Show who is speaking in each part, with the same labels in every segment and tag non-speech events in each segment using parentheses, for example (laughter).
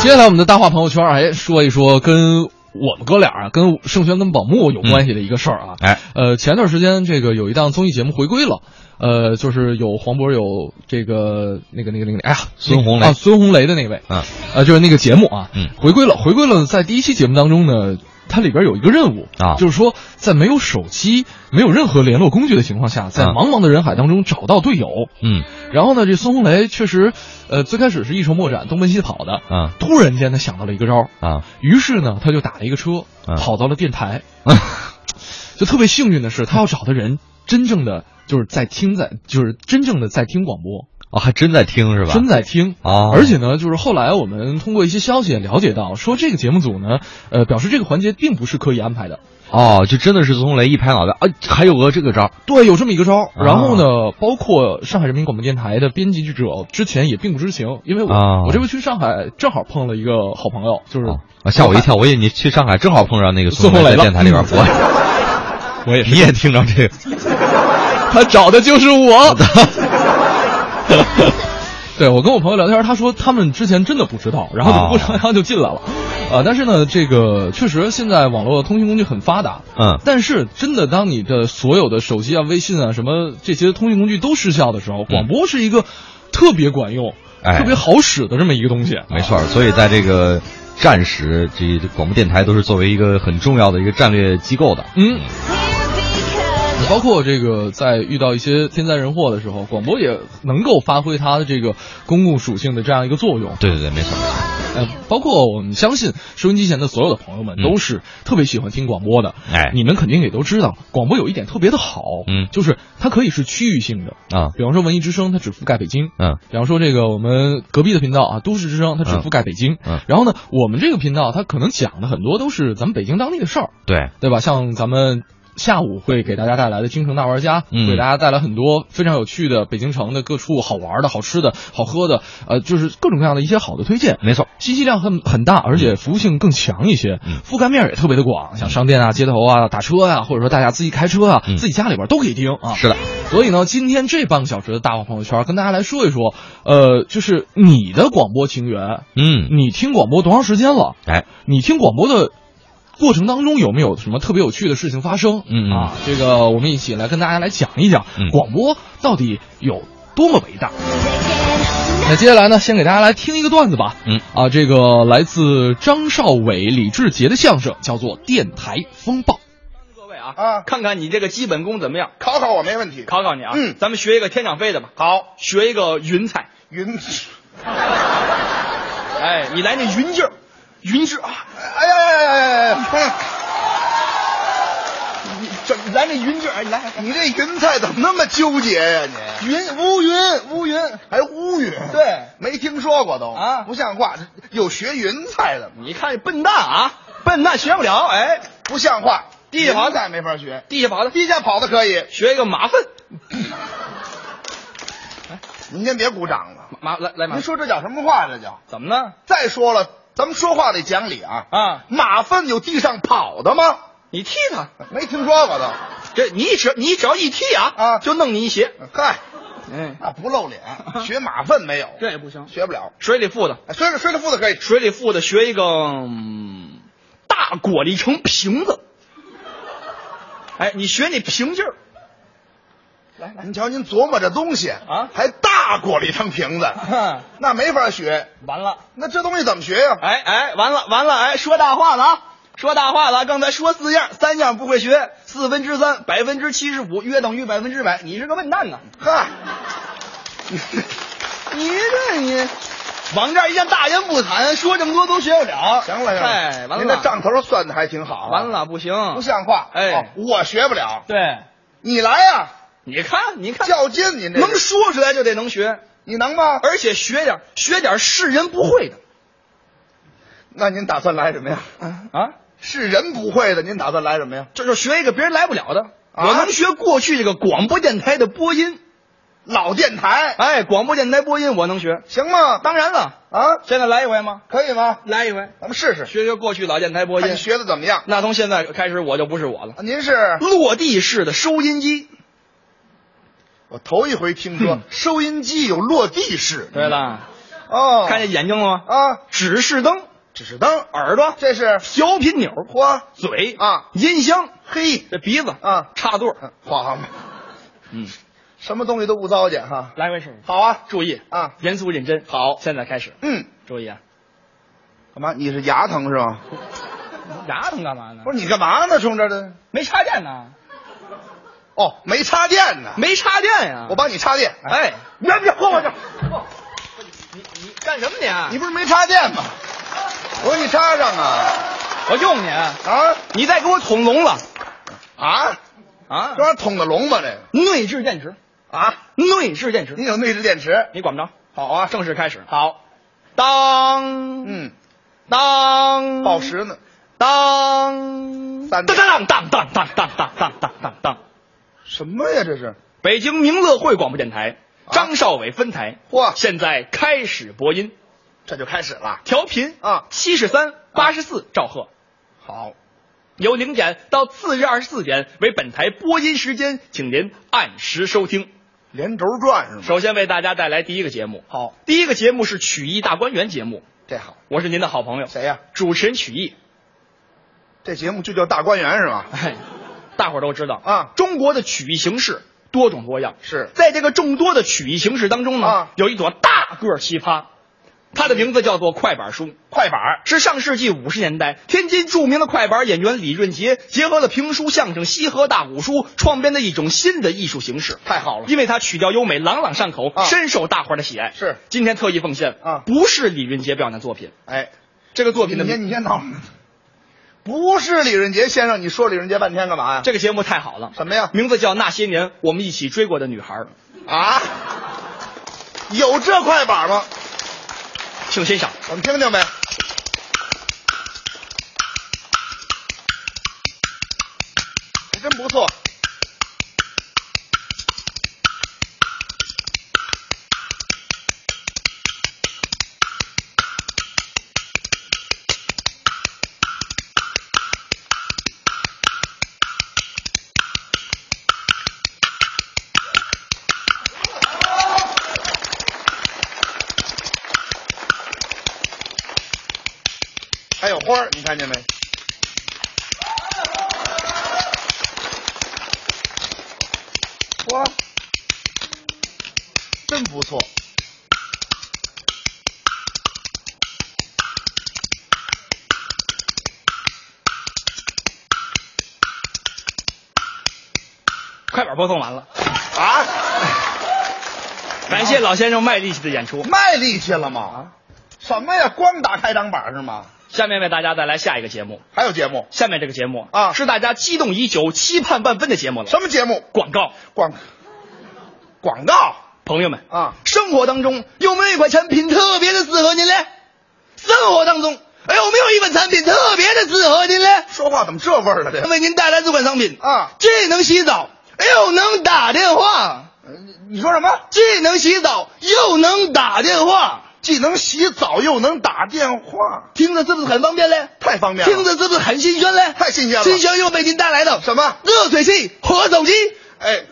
Speaker 1: 接下来我们的大话朋友圈，哎，说一说跟我们哥俩啊，跟盛轩跟宝木有
Speaker 2: 嗯
Speaker 1: 关系的一个事儿啊。
Speaker 2: 哎，
Speaker 1: 呃，前段时间这个有一档综艺节目回归了，呃，就是有黄渤，有这个那个那个那个，哎呀，
Speaker 2: 孙红雷
Speaker 1: 啊，孙红雷的那位，
Speaker 2: 嗯，
Speaker 1: 呃，就是那个节目啊，
Speaker 2: 嗯
Speaker 1: 回归了，回归了。在第一期节目当中呢，它里边有一个任务
Speaker 2: 啊
Speaker 1: 就是说在没有手机、没有任何联络工具的情况下，在
Speaker 2: 嗯
Speaker 1: 茫茫的人海当中找到队友。
Speaker 2: 嗯
Speaker 1: 然后呢，这孙红雷确实，呃，最开始是一筹莫展、东奔西跑的，
Speaker 2: 啊
Speaker 1: 突然间他想到了一个招儿，
Speaker 2: 啊，
Speaker 1: 于是呢，他就打了一个车，
Speaker 2: 嗯
Speaker 1: 跑到了电台。
Speaker 2: (laughs)
Speaker 1: 就特别幸运的是，他要找的人真正的就是在听在，就是真正的在听广播，
Speaker 2: 哦，还真在听是吧？
Speaker 1: 真在听。
Speaker 2: 啊，
Speaker 1: 而且呢，就是后来我们通过一些消息也了解到，说这个节目组呢，呃，表示这个环节并不是刻意安排的，
Speaker 2: 哦，就真的是孙红雷一拍脑袋，啊，还有个这个招儿
Speaker 1: 对，有这么一个招儿。
Speaker 2: 啊
Speaker 1: 然后呢，包括上海人民广播电台的编辑记者之前也并不知情，因为我、
Speaker 2: 啊
Speaker 1: 我这回去上海正好碰了一个好朋友，就是
Speaker 2: 啊，吓我一跳，我以为你去上海正好碰上那个
Speaker 1: 孙
Speaker 2: 红
Speaker 1: 红雷
Speaker 2: 在
Speaker 1: 了
Speaker 2: 电台里边
Speaker 1: 嗯
Speaker 2: 播，
Speaker 1: (laughs)
Speaker 2: 我也你也听着这个，
Speaker 1: 他找的就是我。 (laughs) 对，我跟我朋友聊天，他说他们之前真的不知道，然后就不知道就进来了，啊，但是呢，这个确实现在网络通讯工具很发达，
Speaker 2: 嗯
Speaker 1: 但是真的当你的所有的手机啊、微信啊什么这些通讯工具都失效的时候，广播是一个特别管用、
Speaker 2: 哎
Speaker 1: 特别好使的这么一个东西。
Speaker 2: 没错儿，所以在这个战时，这这广播电台都是作为一个很重要的一个战略机构的，
Speaker 1: 嗯，包括这个在遇到一些天灾人祸的时候，广播也能够发挥它的这个公共属性的这样一个作用。
Speaker 2: 对对对，没错儿，
Speaker 1: 呃，包括我们相信收音机前的所有的朋友们
Speaker 2: 嗯
Speaker 1: 都是特别喜欢听广播的。
Speaker 2: 哎
Speaker 1: 你们肯定也都知道，广播有一点特别的好，
Speaker 2: 嗯
Speaker 1: 就是它可以是区域性的。
Speaker 2: 啊，
Speaker 1: 比方说文艺之声，它只覆盖北京。
Speaker 2: 嗯
Speaker 1: 比方说这个我们隔壁的频道啊，都市之声，它只覆盖北京。
Speaker 2: 嗯嗯
Speaker 1: 然后呢，我们这个频道它可能讲的很多都是咱们北京当地的事儿，
Speaker 2: 对，
Speaker 1: 对吧？像咱们。下午会给大家带来的京城大玩家，
Speaker 2: 嗯
Speaker 1: 给大家带来很多非常有趣的北京城的各处好玩的、好吃的、好喝的，呃，就是各种各样的一些好的推荐。
Speaker 2: 没错儿，
Speaker 1: 信息量很很大，而且服务性更强一些，
Speaker 2: 嗯
Speaker 1: 覆盖面儿也特别的广，像商店啊、街头啊、打车啊，或者说大家自己开车啊、
Speaker 2: 嗯
Speaker 1: 自己家里边都可以听啊。
Speaker 2: 是的，
Speaker 1: 所以呢，今天这半个小时的大话朋友圈，跟大家来说一说，呃，就是你的广播情缘，
Speaker 2: 嗯，
Speaker 1: 你听广播多长时间了？
Speaker 2: 哎，
Speaker 1: 你听广播的过程当中有没有什么特别有趣的事情发生？
Speaker 2: 嗯嗯
Speaker 1: 啊，这个我们一起来跟大家来讲一讲，
Speaker 2: 嗯
Speaker 1: 广播到底有多么伟大。那接下来呢，先给大家来听一个段子吧。
Speaker 2: 嗯
Speaker 1: 啊，这个来自张少伟、李志杰的相声，叫做《电台风暴》。
Speaker 3: 各位啊，
Speaker 4: 啊
Speaker 3: 看看你这个基本功怎么样？
Speaker 4: 考考我没问题。
Speaker 3: 考考你啊，
Speaker 4: 嗯
Speaker 3: 咱们学一个天上飞的吧，
Speaker 4: 好，
Speaker 3: 学一个云彩。
Speaker 4: 云，
Speaker 3: (laughs) 哎，你来那云劲儿，云劲儿啊，
Speaker 4: 哎呀呀呀呀呀！你这来这云句，哎，来，你这云彩怎么那么纠结呀、你云乌云乌云还乌云？
Speaker 3: 对
Speaker 4: 没听说过都
Speaker 3: 啊
Speaker 4: 不像话！有学云彩的吗？
Speaker 3: 你看这笨蛋啊，笨蛋学不了，哎，
Speaker 4: 不像话！
Speaker 3: 地下跑
Speaker 4: 云彩没法学，
Speaker 3: 地下跑的，
Speaker 4: 地下跑的可以。
Speaker 3: 学一个马粪，
Speaker 4: 您先别鼓掌了，
Speaker 3: 马来来马
Speaker 4: 您，说这叫什么话？这叫
Speaker 3: 怎么呢？
Speaker 4: 再说了，咱们说话得讲理啊！
Speaker 3: 啊，
Speaker 4: 马粪有地上跑的吗？
Speaker 3: 你踢他，
Speaker 4: 没听说过都。
Speaker 3: 这你只你只要一踢啊，
Speaker 4: 啊哎
Speaker 3: 就弄你一鞋，
Speaker 4: 嗨，
Speaker 3: 嗯，
Speaker 4: 那不露脸，
Speaker 3: (laughs)
Speaker 4: 学马粪没有，
Speaker 3: 这也不行。
Speaker 4: 学不了。
Speaker 3: 水里浮的，
Speaker 4: 哎，摔着摔着裤子可以，
Speaker 3: 水里浮的学一个、嗯大果里成瓶子，哎，你学那瓶劲儿。
Speaker 4: 您瞧您琢磨这东西
Speaker 3: 啊
Speaker 4: 还大锅里成瓶
Speaker 3: (laughs)
Speaker 4: 子，
Speaker 3: 哼
Speaker 4: 那没法学。
Speaker 3: 完了。
Speaker 4: 那这东西怎么学呀、
Speaker 3: 哎哎，完了完了，哎，说大话了啊！说大话了，刚才说四样，三样不会学，四分之三，百分之七十五，约等于百分之百，你是个笨蛋呐！
Speaker 4: 嗨，
Speaker 3: 你这你，往这儿一站，大言不惭，说这么多都学不了。
Speaker 4: 行了行了，
Speaker 3: 哎，完
Speaker 4: 您这
Speaker 3: 了，
Speaker 4: 账头算的还挺好、啊
Speaker 3: 完，了，不行，
Speaker 4: 不像话。
Speaker 3: 哎
Speaker 4: 哦我学不了，
Speaker 3: 对，
Speaker 4: 你来呀、
Speaker 3: 你看，你看，
Speaker 4: 较劲，您这
Speaker 3: 能说出来就得能学，
Speaker 4: 你能吗？
Speaker 3: 而且学点学点世人不会的
Speaker 4: 那您打算来什么呀？
Speaker 3: 啊，
Speaker 4: 是人不会的，您打算来什么呀？
Speaker 3: 这就学一个别人来不了的。
Speaker 4: 啊
Speaker 3: 我能学过去这个广播电台的播音，
Speaker 4: 老电台，
Speaker 3: 哎，广播电台播音我能学。
Speaker 4: 行吗？
Speaker 3: 当然了，
Speaker 4: 啊，
Speaker 3: 现在来一回吗？
Speaker 4: 可以吗？
Speaker 3: 来一回，
Speaker 4: 咱们试试。
Speaker 3: 学学过去老电台播
Speaker 4: 看啊
Speaker 3: 音
Speaker 4: 你。学的怎么样？
Speaker 3: 那从现在开始我就不是我了，
Speaker 4: 您是
Speaker 3: 落地式的收音机。
Speaker 4: 我头一回听说收音机有落地式。
Speaker 3: 嗯对了，
Speaker 4: 哦
Speaker 3: 嗯看见眼睛了吗？
Speaker 4: 啊，
Speaker 3: 指示灯、
Speaker 4: 指示灯，
Speaker 3: 耳朵，
Speaker 4: 这是
Speaker 3: 小品钮、
Speaker 4: 嚯
Speaker 3: 嘴
Speaker 4: 啊
Speaker 3: 音箱，
Speaker 4: 嘿，
Speaker 3: 这鼻子
Speaker 4: 啊
Speaker 3: 插座，
Speaker 4: 嗯哗，
Speaker 3: 嗯，
Speaker 4: 什么东西都不糟践哈。
Speaker 3: 来回试试。
Speaker 4: 好啊，
Speaker 3: 注意
Speaker 4: 啊，
Speaker 3: 严肃认真。好，现在开始。
Speaker 4: 嗯，
Speaker 3: 注意啊，
Speaker 4: 干嘛？你是牙疼是吧？
Speaker 3: 牙疼干嘛呢？
Speaker 4: 不是你干嘛呢？冲这儿的？
Speaker 3: 没插电呢，
Speaker 4: 哦，没插电呢，
Speaker 3: 没插电呀、
Speaker 4: 我帮你插电。
Speaker 3: 哎，
Speaker 4: 你别别晃我这儿，
Speaker 3: 你干什么你、啊？
Speaker 4: 你不是没插电吗？我给你插上啊
Speaker 3: 我用你、啊，
Speaker 4: 啊
Speaker 3: 你再给我捅聋了
Speaker 4: 啊！
Speaker 3: 啊
Speaker 4: 这！玩意儿捅的聋吧？这个
Speaker 3: 内置电池，
Speaker 4: 啊，
Speaker 3: 内置电池，
Speaker 4: 你有内置电池？
Speaker 3: 你管不着。好啊，正式开始。好，当，
Speaker 4: 嗯，
Speaker 3: 当，
Speaker 4: 报时呢？
Speaker 3: 当，
Speaker 4: 三
Speaker 3: 当当当当当当当当当当当，
Speaker 4: 什么呀？这是？
Speaker 3: 北京民乐会广播电台
Speaker 4: 啊
Speaker 3: 张少伟分台，
Speaker 4: 嚯
Speaker 3: 现在开始播音，
Speaker 4: 这就开始了。
Speaker 3: 调频
Speaker 4: 啊
Speaker 3: 七十三八十四兆赫，
Speaker 4: 好，
Speaker 3: 由零点到次日二十四点为本台播音时间，请您按时收听。
Speaker 4: 连轴转是吗？
Speaker 3: 首先为大家带来第一个节目，
Speaker 4: 嗯好，
Speaker 3: 第一个节目是曲艺大观园节目，
Speaker 4: 这好。
Speaker 3: 我是您的好朋友，
Speaker 4: 谁呀
Speaker 3: 主持人曲艺，
Speaker 4: 这节目就叫大观园是吧？
Speaker 3: 哎，大伙儿都知道
Speaker 4: 啊
Speaker 3: 中国的曲艺形式多种多样，
Speaker 4: 是
Speaker 3: 在这个众多的曲艺形式当中呢，
Speaker 4: 啊
Speaker 3: 有一朵大个儿奇葩，它的名字叫做快板书。
Speaker 4: 快板儿
Speaker 3: 是上世纪五十年代天津著名的快板演员李润杰结合了评书、相声、西河大鼓书，创编的一种新的艺术形式。
Speaker 4: 太好了。
Speaker 3: 因为他曲调优美、朗朗上口，
Speaker 4: 啊
Speaker 3: 深受大伙儿的喜爱。
Speaker 4: 是
Speaker 3: 今天特意奉献
Speaker 4: 啊
Speaker 3: 不是李润杰表演的作品，
Speaker 4: 哎，
Speaker 3: 这个作品的
Speaker 4: 你先
Speaker 3: 名
Speaker 4: 你先等会儿，不是李润杰先生，你说李润杰半天干嘛呀？
Speaker 3: 这个节目太好了，
Speaker 4: 什么呀？
Speaker 3: 名字叫《那些年我们一起追过的女孩儿》，
Speaker 4: 啊，有这快板吗？
Speaker 3: 请欣赏。
Speaker 4: 我们听听呗。还真不错。还有花儿，你看见没？哇，真不错。
Speaker 3: 快板播送完了，
Speaker 4: 啊， (laughs)
Speaker 3: 感谢老先生卖力气的演出。
Speaker 4: 卖力气了吗？什么呀？光打开张板是吗？
Speaker 3: 下面为大家带来下一个节目，
Speaker 4: 还有节目？
Speaker 3: 下面这个节目
Speaker 4: 啊
Speaker 3: 是大家激动已久、期盼万分的节目了。
Speaker 4: 什么节目？
Speaker 3: 广告？
Speaker 4: 广广告
Speaker 3: 朋友们
Speaker 4: 啊
Speaker 3: 生活当中有没有一款产品特别的适合您嘞？生活当中哎有没有一款产品特别的适合您嘞？
Speaker 4: 说话怎么这味儿了？这
Speaker 3: 为您带来这款商品
Speaker 4: 啊
Speaker 3: 既能洗澡又能打电话，
Speaker 4: 呃你说什么？
Speaker 3: 既能洗澡又能打电话，
Speaker 4: 既能洗澡又能打电话，
Speaker 3: 听着是不是很方便嘞？
Speaker 4: 太方便了。
Speaker 3: 听着是不是很新鲜嘞？
Speaker 4: 太新鲜了
Speaker 3: 新鲜又为您带来的
Speaker 4: 什么？
Speaker 3: 热水器和手机，
Speaker 4: 哎，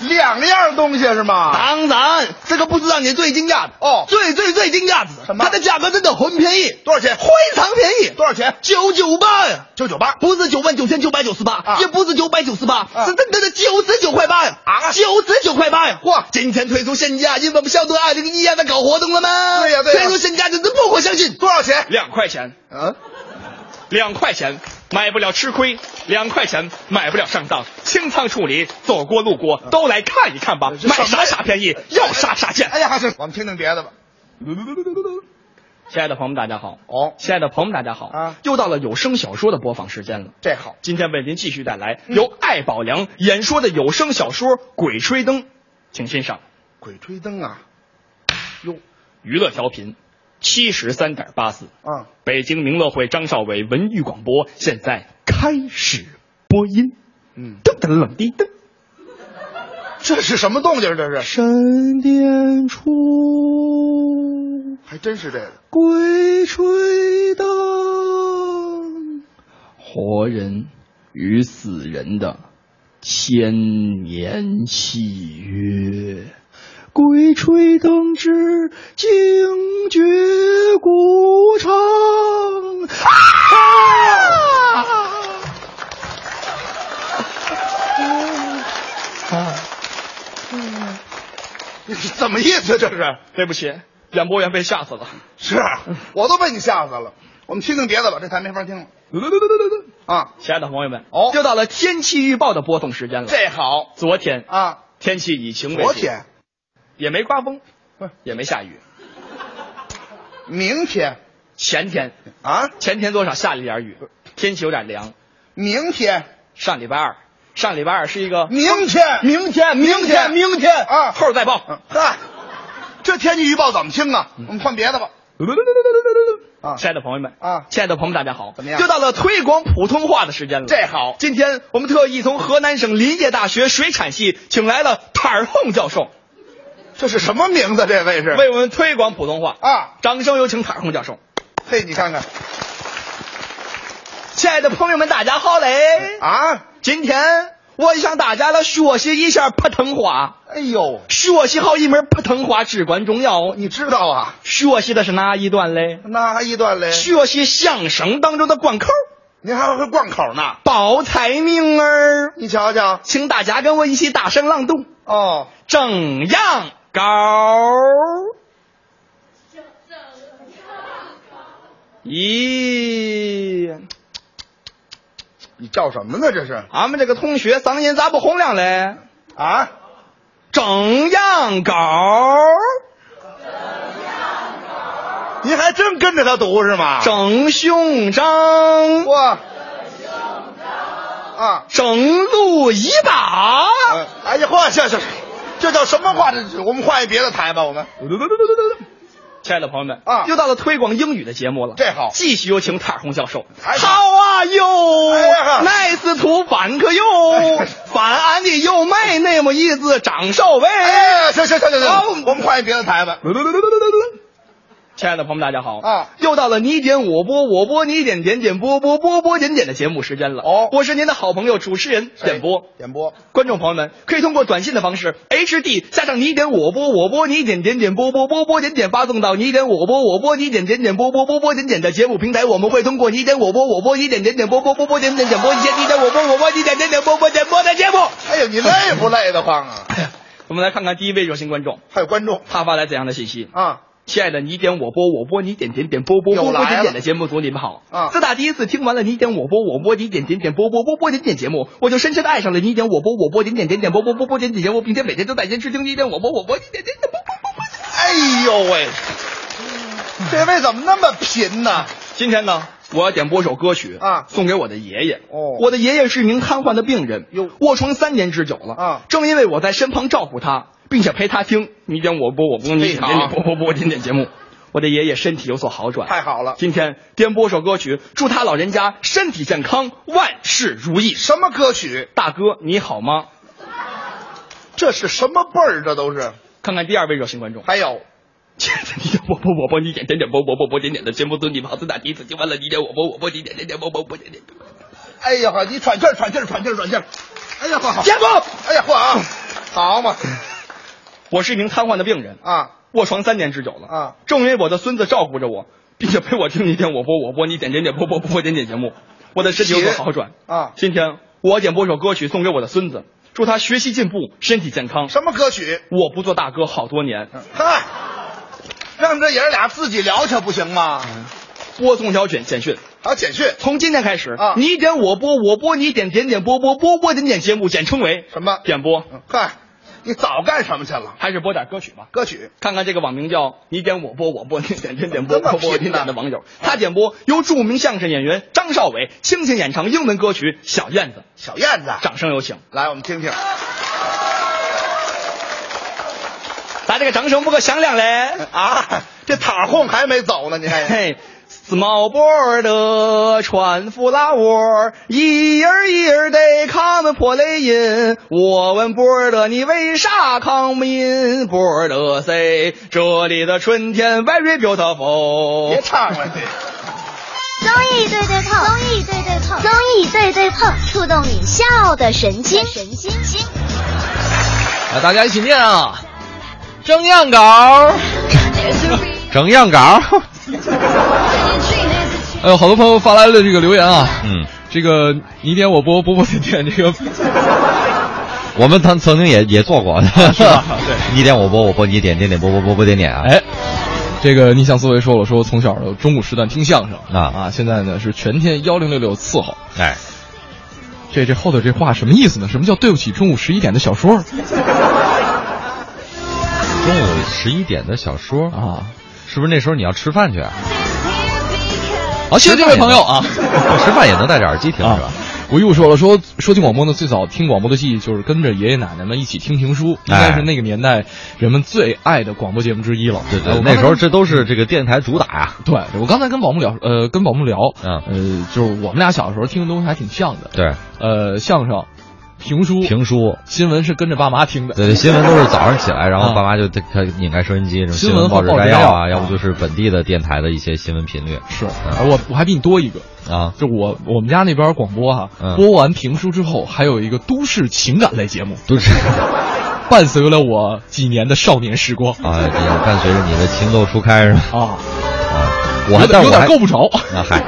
Speaker 4: 两样东西是吗？
Speaker 3: 当然这个不是让你最惊讶的
Speaker 4: 啊哦
Speaker 3: 最最最惊讶的是
Speaker 4: 什么
Speaker 3: 它的价格真的很便宜，
Speaker 4: 多少钱
Speaker 3: 非常便宜，
Speaker 4: 多少钱？
Speaker 3: 九九八呀，
Speaker 4: 九九八。
Speaker 3: 不是九万九千九百九十八
Speaker 4: 啊，
Speaker 3: 也不是九百九十八，
Speaker 4: 啊
Speaker 3: 是真的的九十九块八呀，
Speaker 4: 啊
Speaker 3: 九十九块八呀！
Speaker 4: 嚯
Speaker 3: 今天推出限价，因为我们校队二零一要在搞活动了吗？
Speaker 4: 哎对呀对呀
Speaker 3: 推出限价简直不可相信，
Speaker 4: 多少钱？
Speaker 3: 两块钱，
Speaker 4: 嗯，
Speaker 3: 两块钱买不了吃亏，两块钱买不了上当，清仓处理，走过路过都来看一看吧，
Speaker 4: 嗯这什么呀
Speaker 3: 便宜，要啥啥贱
Speaker 4: 哎呀，还是我们听听别的吧。
Speaker 3: 亲爱的朋友们，大家好！
Speaker 4: 哦
Speaker 3: 亲爱的朋友们，大家好！
Speaker 4: 啊
Speaker 3: 又到了有声小说的播放时间了。
Speaker 4: 这好，
Speaker 3: 今天为您继续带来
Speaker 4: 嗯
Speaker 3: 由艾宝良演说的有声小说《鬼吹灯》，请欣赏
Speaker 4: 鬼吹灯啊，哟
Speaker 3: 娱乐调频七十三点八四，
Speaker 4: 啊，
Speaker 3: 北京民乐会张少伟文艺广播，现在开始播音。
Speaker 4: 嗯，
Speaker 3: 噔噔冷滴噔，
Speaker 4: 这是什么动静？这是，
Speaker 3: 神殿出
Speaker 4: 还真是这个。
Speaker 3: 鬼吹灯，活人与死人的千年契约。鬼吹灯之惊觉古城啊！
Speaker 4: 怎么意思这是？
Speaker 3: 啊对不起，演播员被吓死 (laughs) 了。
Speaker 4: 是啊我都被你吓死了。我们听听别的吧，这台没法听了啊。
Speaker 3: 亲爱的朋友们，
Speaker 4: 哦
Speaker 3: 又到了天气预报的播送时间了。
Speaker 4: 这好
Speaker 3: 昨天，
Speaker 4: 啊，
Speaker 3: 天气以晴为主
Speaker 4: 昨天、
Speaker 3: 也没刮风
Speaker 4: 不是，
Speaker 3: 也没下雨。
Speaker 4: 明天
Speaker 3: 前天，
Speaker 4: 啊，
Speaker 3: 前天多少下了一点雨，天气有点凉。
Speaker 4: 明天，
Speaker 3: 上礼拜二，上礼拜二是一个
Speaker 4: 明天，
Speaker 3: 明天，明天，
Speaker 4: 明
Speaker 3: 明天
Speaker 4: 啊
Speaker 3: 后儿再报。
Speaker 4: 嗨，这天气预报怎么听啊？
Speaker 3: 嗯
Speaker 4: 我们换别的吧。啊
Speaker 3: 亲爱的朋友们
Speaker 4: 啊
Speaker 3: 亲爱的朋友们，大家好！
Speaker 4: 怎么样
Speaker 3: 又到了推广普通话的时间了。
Speaker 4: 这好
Speaker 3: 今天我们特意从河南省林业大学水产系请来了塔尔洪教授，
Speaker 4: 这是什么名字？这位是？
Speaker 3: 为我们推广普通话。
Speaker 4: 啊，
Speaker 3: 掌声有请塔尔洪教授。
Speaker 4: 嘿，你看看
Speaker 3: 亲爱的朋友们，大家好嘞！
Speaker 4: 啊，
Speaker 3: 今天我向大家来学习一下普通话，
Speaker 4: 哎呦，
Speaker 3: 学习好一门普通话至关重要哦。
Speaker 4: 你知道啊？
Speaker 3: 学习的是哪一段嘞？
Speaker 4: 那一段嘞，
Speaker 3: 学习相声当中的贯口
Speaker 4: 您还会贯口呢？
Speaker 3: 报菜名儿，
Speaker 4: 你瞧瞧，
Speaker 3: 请大家跟我一起大声朗读：
Speaker 4: 哦，
Speaker 3: 正阳高，咦，
Speaker 4: 你叫什么呢？这是
Speaker 3: 俺们这个同学嗓音咋不洪亮嘞？
Speaker 4: 啊？
Speaker 3: 正阳高，
Speaker 4: 您还真跟着他读是
Speaker 3: 啊
Speaker 4: 吗？
Speaker 3: 正胸章，
Speaker 4: 哇，啊，
Speaker 3: 正路一把，
Speaker 4: 嗯哎呀，嚯，这这这叫什么话？这这我们换一别的台吧，我们
Speaker 3: 亲爱的朋友们
Speaker 4: 啊
Speaker 3: 又到了推广英语的节目了。
Speaker 4: 这好
Speaker 3: 继续有请塔尔洪教授。
Speaker 4: 哎呀
Speaker 3: How are you?
Speaker 4: 哎呀
Speaker 3: Nice to
Speaker 4: (laughs)
Speaker 3: thank you. 晚安的又卖那么一字掌少尉。
Speaker 4: 哎，行行行行
Speaker 3: 好
Speaker 4: 行，我们换一别的台吧。
Speaker 3: 亲爱的朋友们，大家好
Speaker 4: 啊！
Speaker 3: 又到了你点我播，我播你点，点点播播播播点点的节目时间了。
Speaker 4: 哦
Speaker 3: 我是您的好朋友主持人点播。
Speaker 4: 演播，
Speaker 3: 观众朋友们可以通过短信的方式，H D 加上你点我播我播你点点点播播播播点点发送到你点我播我播你点点点播播播播点点的节目平台，我们会通过你点我播我播你点点点播播播播点点点播你点你点我播我播你点点点播播点播的节目。
Speaker 4: 哎呀，你累不累得慌啊？
Speaker 3: 我们来看看第一位热心观众，
Speaker 4: 还有观众
Speaker 3: 他发来怎样的信息？
Speaker 4: 啊，
Speaker 3: 亲爱的，你点我播，我播你点点点播播播
Speaker 4: 又
Speaker 3: 播
Speaker 4: 来
Speaker 3: 点点的
Speaker 4: 了
Speaker 3: 节目组，你们好。
Speaker 4: 啊
Speaker 3: 自打第一次听完了你点我播，我播你点点点播播播播点点节目，我就深深的爱上了你点我播，我播点点点点播播播播点点节目，并且每天都在坚持听你点我播，我播你点点点播播
Speaker 4: 哎
Speaker 3: 播播。
Speaker 4: 呦喂，这位怎么那么贫呢？
Speaker 3: 今天呢，我要点播首歌曲
Speaker 4: 啊
Speaker 3: 送给我的爷爷。
Speaker 4: 哦
Speaker 3: 我的爷爷是一名瘫痪的病人，
Speaker 4: 哟
Speaker 3: 卧床三年之久了。
Speaker 4: 啊
Speaker 3: 正因为我在身旁照顾他，并且陪他听你点我播，我播你点
Speaker 4: 非常
Speaker 3: 点播播播点点节目，我的爷爷身体有所好转。
Speaker 4: 太好了，
Speaker 3: 今天点播首歌曲，祝他老人家身体健康，万事如意。
Speaker 4: 什么歌曲？
Speaker 3: 大哥你好吗？
Speaker 4: 这是什么辈儿？这都是。
Speaker 3: 看看第二位热心观众，
Speaker 4: 还有，
Speaker 3: 亲爱的你点我播我播你点点点播播播播点点的节目组，你们好，自打第一次听完了你点我播我播你点点点播播播点点，
Speaker 4: 哎呀呵，你喘气儿，喘气儿，喘气儿，喘气儿。哎呀呵，好
Speaker 3: 结果
Speaker 4: 哎呀嚯啊，好嘛
Speaker 3: 我是一名瘫痪的病人，
Speaker 4: 啊，
Speaker 3: 卧床三年之久了
Speaker 4: 啊，
Speaker 3: 正因为我的孙子照顾着我，并且陪我听你点我播我播你点点点播播播播点点节目，我的身体有所好转
Speaker 4: 啊
Speaker 3: 今天我要点播首歌曲送给我的孙子，祝他学习进步，身体健康。
Speaker 4: 什么歌曲？
Speaker 3: 我不做大哥好多年，
Speaker 4: 嗨，让这爷儿俩自己聊去不行吗？
Speaker 3: 播送条简简讯，
Speaker 4: 还有简讯
Speaker 3: 从今天开始
Speaker 4: 啊
Speaker 3: 你点我播我播你点点点播播播播点点节目，简称为
Speaker 4: 什么？
Speaker 3: 点播，
Speaker 4: 嗯嗨，你早干什么去了？
Speaker 3: 还是播点歌曲吧。
Speaker 4: 歌曲
Speaker 3: 看看这个网名叫“你点我播我播你点点点播
Speaker 4: 这么
Speaker 3: 播播
Speaker 4: 拼
Speaker 3: 你
Speaker 4: 呢
Speaker 3: 点”的网友，他点播由著名相声演员张少伟倾情演唱英文歌曲《小燕子》，
Speaker 4: 小燕子，
Speaker 3: 掌声有请。
Speaker 4: 来我们听听。
Speaker 3: 咱这个掌声不够响亮嘞！
Speaker 4: 啊，这塔哄还没走呢，你看。
Speaker 3: 嘿，small board 船夫拉窝，一人一人得 come play in。我问 board 你为啥 come in？board say 这里的春天 very
Speaker 4: 别
Speaker 3: beautiful。
Speaker 4: 唱了，你
Speaker 5: 综艺对对碰，综艺对对碰，综艺对对碰，触动你笑的神经，神经经。
Speaker 1: 来，大家一起念啊！整样稿。
Speaker 2: 整样稿。
Speaker 1: 哎呦，好多朋友发来了这个留言啊，
Speaker 2: (laughs) 嗯，
Speaker 1: 这个你点我播，播播点点，这个
Speaker 2: 我们曾曾经也也做过，
Speaker 1: 啊是
Speaker 2: (laughs)
Speaker 1: 吧对，
Speaker 2: 你点我播我播你点点点播播播播点点啊，
Speaker 1: 哎，这个逆向思维说了，说从小的中午时段听相声
Speaker 2: 啊
Speaker 1: 啊，现在呢是全天幺零六六伺候。
Speaker 2: 哎，
Speaker 1: 这这后头这话什么意思呢？什么叫对不起中午十一点的小说
Speaker 2: 中午十一点的小说，
Speaker 1: 啊？
Speaker 2: 是不是那时候你要吃饭去啊？
Speaker 1: 好，谢谢这位朋友啊。
Speaker 2: (laughs) 吃饭也能戴着耳机听是
Speaker 1: 啊？，
Speaker 2: 吧
Speaker 1: 吴又说了，说说听广播呢，最早听广播的记忆就是跟着爷爷奶奶们一起听评书，
Speaker 2: 哎
Speaker 1: 应该是那个年代人们最爱的广播节目之一了。
Speaker 2: 对
Speaker 1: 哎
Speaker 2: 对，
Speaker 1: 我
Speaker 2: 那
Speaker 1: 刚才
Speaker 2: 时候这都是这个电台主打呀。
Speaker 1: 对我刚才跟宝木聊，呃，跟宝木聊，
Speaker 2: 嗯
Speaker 1: 呃，就是我们俩小时候听的东西还挺像的。
Speaker 2: 对，
Speaker 1: 呃，相声、评书、
Speaker 2: 评书，
Speaker 1: 新闻是跟着爸妈听的。
Speaker 2: 对，新闻都是早上起来，然后
Speaker 1: 啊
Speaker 2: 爸妈就开拧开收音机，什么
Speaker 1: 新
Speaker 2: 新
Speaker 1: 闻
Speaker 2: 闻
Speaker 1: 和
Speaker 2: 报纸
Speaker 1: 报纸
Speaker 2: 摘
Speaker 1: 摘
Speaker 2: 要
Speaker 1: 要
Speaker 2: 啊，要
Speaker 1: 啊
Speaker 2: 不就是本地的电台的一些新闻频率
Speaker 1: 是，
Speaker 2: 嗯
Speaker 1: 而我我还比你多一个，
Speaker 2: 啊。
Speaker 1: 就我我们家那边广播哈、
Speaker 2: 嗯
Speaker 1: 播完评书之后，还有一个都市情感类节目，
Speaker 2: 都是 (laughs)
Speaker 1: 伴随了我几年的少年时光
Speaker 2: 啊，也伴随着你的情窦初开是吧？
Speaker 1: 啊，
Speaker 2: 啊，我还
Speaker 1: 有点
Speaker 2: 但
Speaker 1: 有
Speaker 2: 我
Speaker 1: 点
Speaker 2: 还
Speaker 1: 够不着。
Speaker 2: (laughs) 啊，嗨。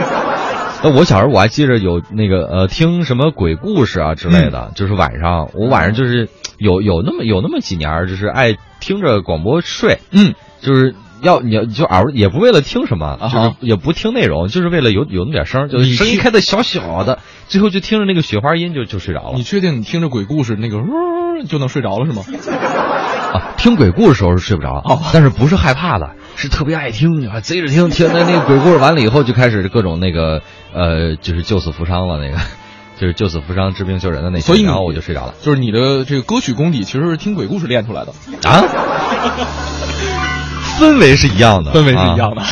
Speaker 2: 那我小时候我还记着有那个呃听什么鬼故事啊之类
Speaker 1: 嗯
Speaker 2: 的，就是晚上我晚上就是有有那么有那么几年儿就是爱听着广播睡，
Speaker 1: 嗯，
Speaker 2: 就是要你要就耳也不为了听什么，
Speaker 1: 啊
Speaker 2: 就是也不听内容，就是为了有有那么点声儿，就是
Speaker 1: 你
Speaker 2: 声音
Speaker 1: 听
Speaker 2: 开的小小的，最后就听着那个雪花音就就睡着了
Speaker 1: 你。确定你听着鬼故事那个呜就能睡着了是吗？
Speaker 2: 啊，听鬼故事时候是睡不着，
Speaker 1: 哦
Speaker 2: 但是不是害怕的，是特别爱听，啊，贼着听，听那那个鬼故事完了以后，就开始各种那个呃，就是救死扶伤了，那个就是救死扶伤、治病救人的那些，
Speaker 1: 所以你
Speaker 2: 然后我就睡着了
Speaker 1: 就是你的这个歌曲功底其实是听鬼故事练出来的，
Speaker 2: 啊。氛围是一样的，
Speaker 1: 氛围是一样
Speaker 2: 啊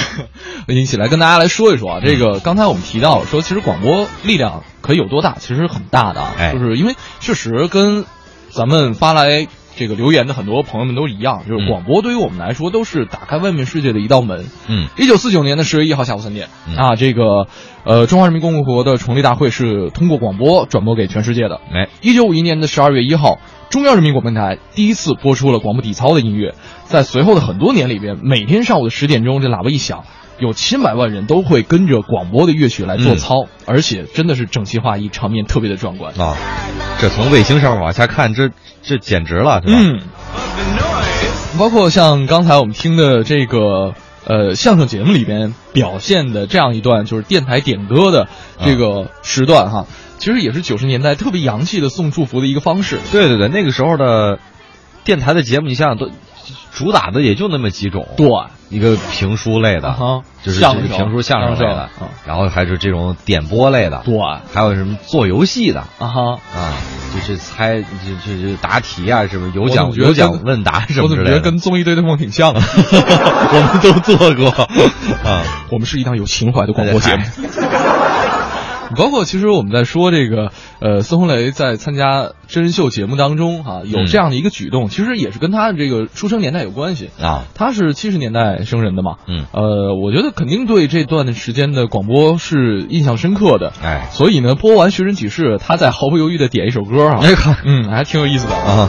Speaker 1: 的。一起来跟大家来说一说啊，这个刚才我们提到了说，其实广播力量可以有多大，其实很大的啊，
Speaker 2: 哎
Speaker 1: 就是因为确实跟咱们发来。这个留言的很多朋友们都一样，就是
Speaker 2: 嗯
Speaker 1: 广播对于我们来说都是打开外面世界的一道门。
Speaker 2: 嗯，
Speaker 1: 一九四九年的十月一号下午三点、
Speaker 2: 嗯
Speaker 1: 啊，这个呃中华人民共和国的成立大会是通过广播转播给全世界的。
Speaker 2: 哎，
Speaker 1: 一九五一年的十二月一号，中央人民广播电台第一次播出了广播体操的音乐。在随后的很多年里边，每天上午的十点钟，这喇叭一响，有千百万人都会跟着广播的乐曲来做操，而且真的是整齐划一，场面特别的壮观。
Speaker 2: 啊，这从卫星上面往下看，这这简直了，是吧？
Speaker 1: 嗯，包括像刚才我们听的这个呃相声节目里边表现的这样一段，就是电台点歌的这个时段哈，其实也是九十年代特别洋气的送祝福的一个方式。
Speaker 2: 对对对，那个时候的电台的节目，你想想都主打的也就那么几种，
Speaker 1: 对，
Speaker 2: 一个评书类的，
Speaker 1: 啊哈
Speaker 2: 就是
Speaker 1: 相
Speaker 2: 这个
Speaker 1: 声
Speaker 2: 评书相声类的，
Speaker 1: 相声啊
Speaker 2: 然后还是这种点播类的，
Speaker 1: 对啊
Speaker 2: 还有什么做游戏的
Speaker 1: 哈。
Speaker 2: 啊，就是猜，就就就答题啊，什么有
Speaker 1: 我怎
Speaker 2: 奖
Speaker 1: 么觉得
Speaker 2: 有奖
Speaker 1: 跟
Speaker 2: 问答什
Speaker 1: 我
Speaker 2: 么
Speaker 1: 怎么
Speaker 2: 之
Speaker 1: 觉
Speaker 2: 类的，啊
Speaker 1: 得跟 (laughs) 综艺对对碰挺
Speaker 2: (laughs)
Speaker 1: 像的？ (laughs)
Speaker 2: 我们都做过 (laughs) 啊。
Speaker 1: 我们是一档有情怀的广播节目。 (laughs) 包括其实我们在说这个，呃，孙红雷在参加真人秀节目当中哈、有
Speaker 2: 嗯
Speaker 1: 这样的一个举动，其实也是跟他的这个出生年代有关系。
Speaker 2: 啊，
Speaker 1: 他是七十年代生人的嘛，
Speaker 2: 嗯
Speaker 1: 呃，我觉得肯定对这段时间的广播是印象深刻的。
Speaker 2: 哎
Speaker 1: 所以呢，播完《学人启事》，他再毫不犹豫的点一首歌啊，
Speaker 2: 哎看
Speaker 1: 嗯，还挺有意思的
Speaker 2: 啊。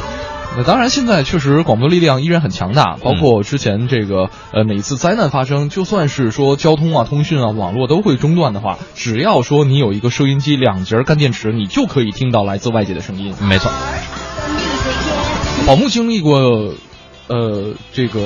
Speaker 1: 那当然，现在确实广播力量依然很强大，包括之前这个呃，每一次灾难发生，就算是说交通啊、通讯啊、网络都会中断的话，只要说你有一个收音机、两节干电池，你就可以听到来自外界的声音。
Speaker 2: 没错，
Speaker 1: 宝木经历过，呃，这个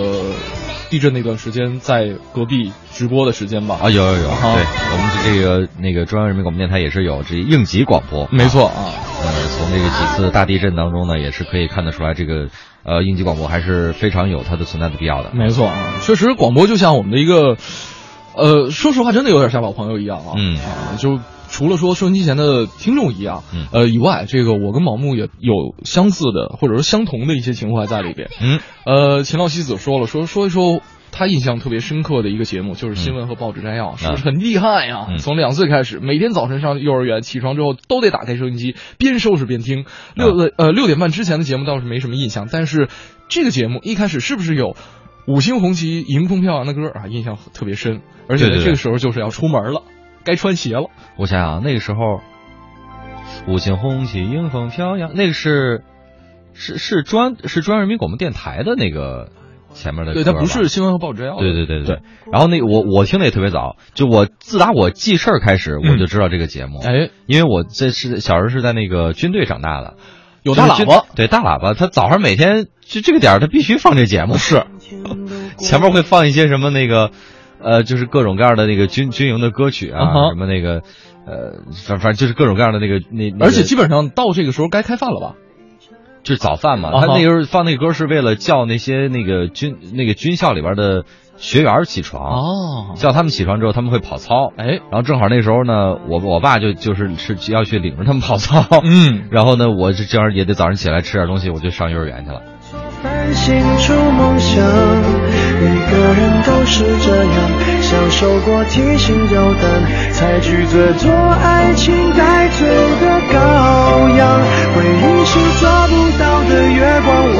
Speaker 1: 地震那段时间，在隔壁直播的时间吧？
Speaker 2: 啊，有有有，
Speaker 1: 啊
Speaker 2: 对我们这个那个中央人民广播电台也是有这应急广播，
Speaker 1: 没错啊，
Speaker 2: 呃，从这个几次大地震当中呢，也是可以看得出来，这个呃应急广播还是非常有它的存在的必要的。
Speaker 1: 没错啊，确实广播就像我们的一个，呃，说实话，真的有点像老朋友一样啊，
Speaker 2: 嗯
Speaker 1: 啊，就。除了说收音机前的听众一样，
Speaker 2: 嗯
Speaker 1: 呃以外，这个我跟宝木也有相似的或者说相同的一些情怀在里边。
Speaker 2: 嗯，
Speaker 1: 呃，秦老西子说了，说说一说他印象特别深刻的一个节目，就是新闻和报纸摘要，是不是很厉害呀、
Speaker 2: 嗯
Speaker 1: 从两岁开始，每天早晨上幼儿园，起床之后都得打开收音机，边收拾边听。六、
Speaker 2: 嗯
Speaker 1: 呃六点半之前的节目倒是没什么印象，但是这个节目一开始是不是有？五星红旗迎风飘扬的歌啊，印象特别深。而且呢，
Speaker 2: 对对对
Speaker 1: 这个时候就是要出门了，该穿鞋了。
Speaker 2: 我想想、那个时候，五星红旗迎风飘扬，那个是是是中央是中央人民广播电台的那个前面的
Speaker 1: 对，
Speaker 2: 歌
Speaker 1: 它
Speaker 2: 吧
Speaker 1: 不是新闻和报纸摘要的。
Speaker 2: 对对对对对。然后那个我我听的也特别早，就我自打我记事儿开始，我就知道这个节目，
Speaker 1: 嗯哎，
Speaker 2: 因为我这是小时候是在那个军队长大的，
Speaker 1: 有大
Speaker 2: 就是
Speaker 1: 喇
Speaker 2: 军
Speaker 1: 叭，，
Speaker 2: 对大喇叭，他早上每天就这个点儿他必须放这节目，是 (laughs) 前面会放一些什么那个。呃，就是各种各样的那个军军营的歌曲啊
Speaker 1: 啊哈
Speaker 2: 什么那个，呃，反反正就是各种各样的那个那，那个
Speaker 1: 而且基本上到这个时候该开饭了吧？
Speaker 2: 就是早饭嘛，
Speaker 1: 啊哈
Speaker 2: 他那时候放那歌是为了叫那些那个军那个军校里边的学员儿起床，
Speaker 1: 哦，
Speaker 2: 叫他们起床之后他们会跑操，
Speaker 1: 哎，
Speaker 2: 然后正好那时候呢，我我爸就就是是要去领着他们跑操，
Speaker 1: 嗯，
Speaker 2: (laughs) 然后呢，我就这样也得早上起来吃点东西，我就上幼儿园去了。
Speaker 6: 繁星逐梦想，每个人都是这样，享受过提心吊胆，才拒绝做爱情待罪的羔羊。回忆是抓不到的月光，握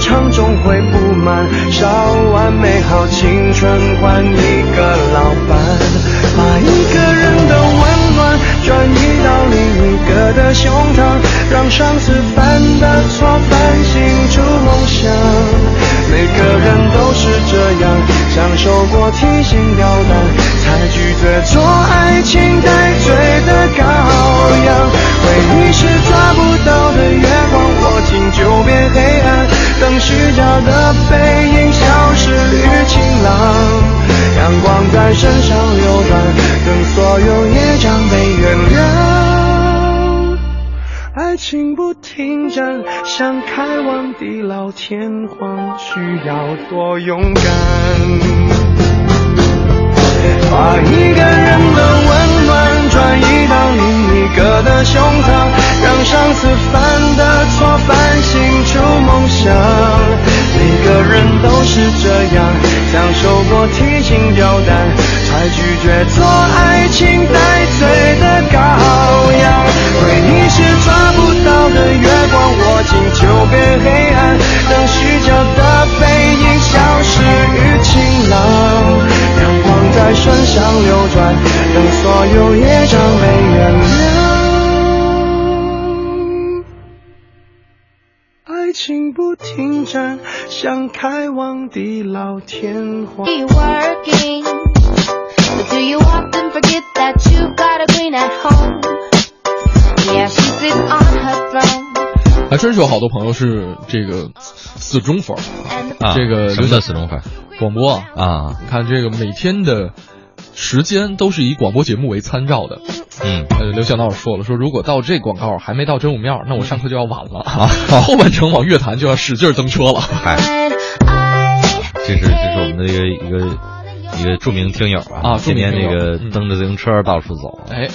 Speaker 6: 长终会不满。烧完美好青春，换一个老伴，把一个人的温暖转移到另一个的胸膛，让上次犯的错反省出梦想。每个人都是这样，享受过提心吊胆，才拒绝做爱情戴罪的羔羊。回忆是抓不到的月光，握紧就变黑暗，等虚假的背影消失于晴朗。阳光在身上流转，等所有业障被原谅。爱情不停站，想开往地老天荒，需要多勇敢。把一个人的温暖转移到另一个的胸膛，让上次犯的错反省出梦想。每个人都是这样，享受过提心吊胆，才拒绝做爱情戴罪的羔羊。回忆是抓不到的月光，握紧就变黑暗，等虚假的背影消失于晴朗。阳光在身上流转，让所有业障被原谅。爱情不停站，想开往地老天荒
Speaker 7: Are。you working? But do you often forget that you got a queen at home? Yeah, she sits on her throne.
Speaker 1: 还真是有好多朋友是这个死忠粉儿，
Speaker 7: And the
Speaker 2: 啊，
Speaker 1: 这个
Speaker 2: 什么叫死忠粉
Speaker 1: 广播啊，
Speaker 2: 啊？
Speaker 1: 看这个每天的时间都是以广播节目为参照的。
Speaker 2: 嗯，
Speaker 1: 呃，刘小闹说了，说如果到这广告还没到真武庙，那我上课就要晚了啊， (laughs) 后半程往乐坛就要使劲儿蹬车了。
Speaker 2: 嗨，这是这是我们的一个一个一个著名听友啊，
Speaker 1: 啊著
Speaker 2: 天
Speaker 1: 名
Speaker 2: 天
Speaker 1: 听
Speaker 2: 那
Speaker 1: 友
Speaker 2: 个
Speaker 1: 嗯
Speaker 2: 蹬着自行车到处走。
Speaker 1: 哎，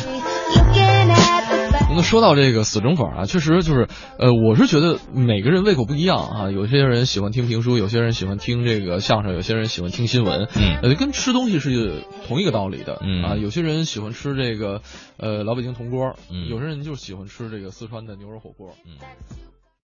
Speaker 7: looking at the back.
Speaker 1: 那说到这个死忠粉儿啊，确实就是，呃，我是觉得每个人胃口不一样啊，有些人喜欢听评书，有些人喜欢听这个相声，有些人喜欢听新闻，
Speaker 2: 嗯
Speaker 1: 呃，跟吃东西是同一个道理的，
Speaker 2: 嗯
Speaker 1: 啊，有些人喜欢吃这个，呃，老北京铜锅，
Speaker 2: 嗯
Speaker 1: 有些人就喜欢吃这个四川的牛肉火锅，
Speaker 2: 嗯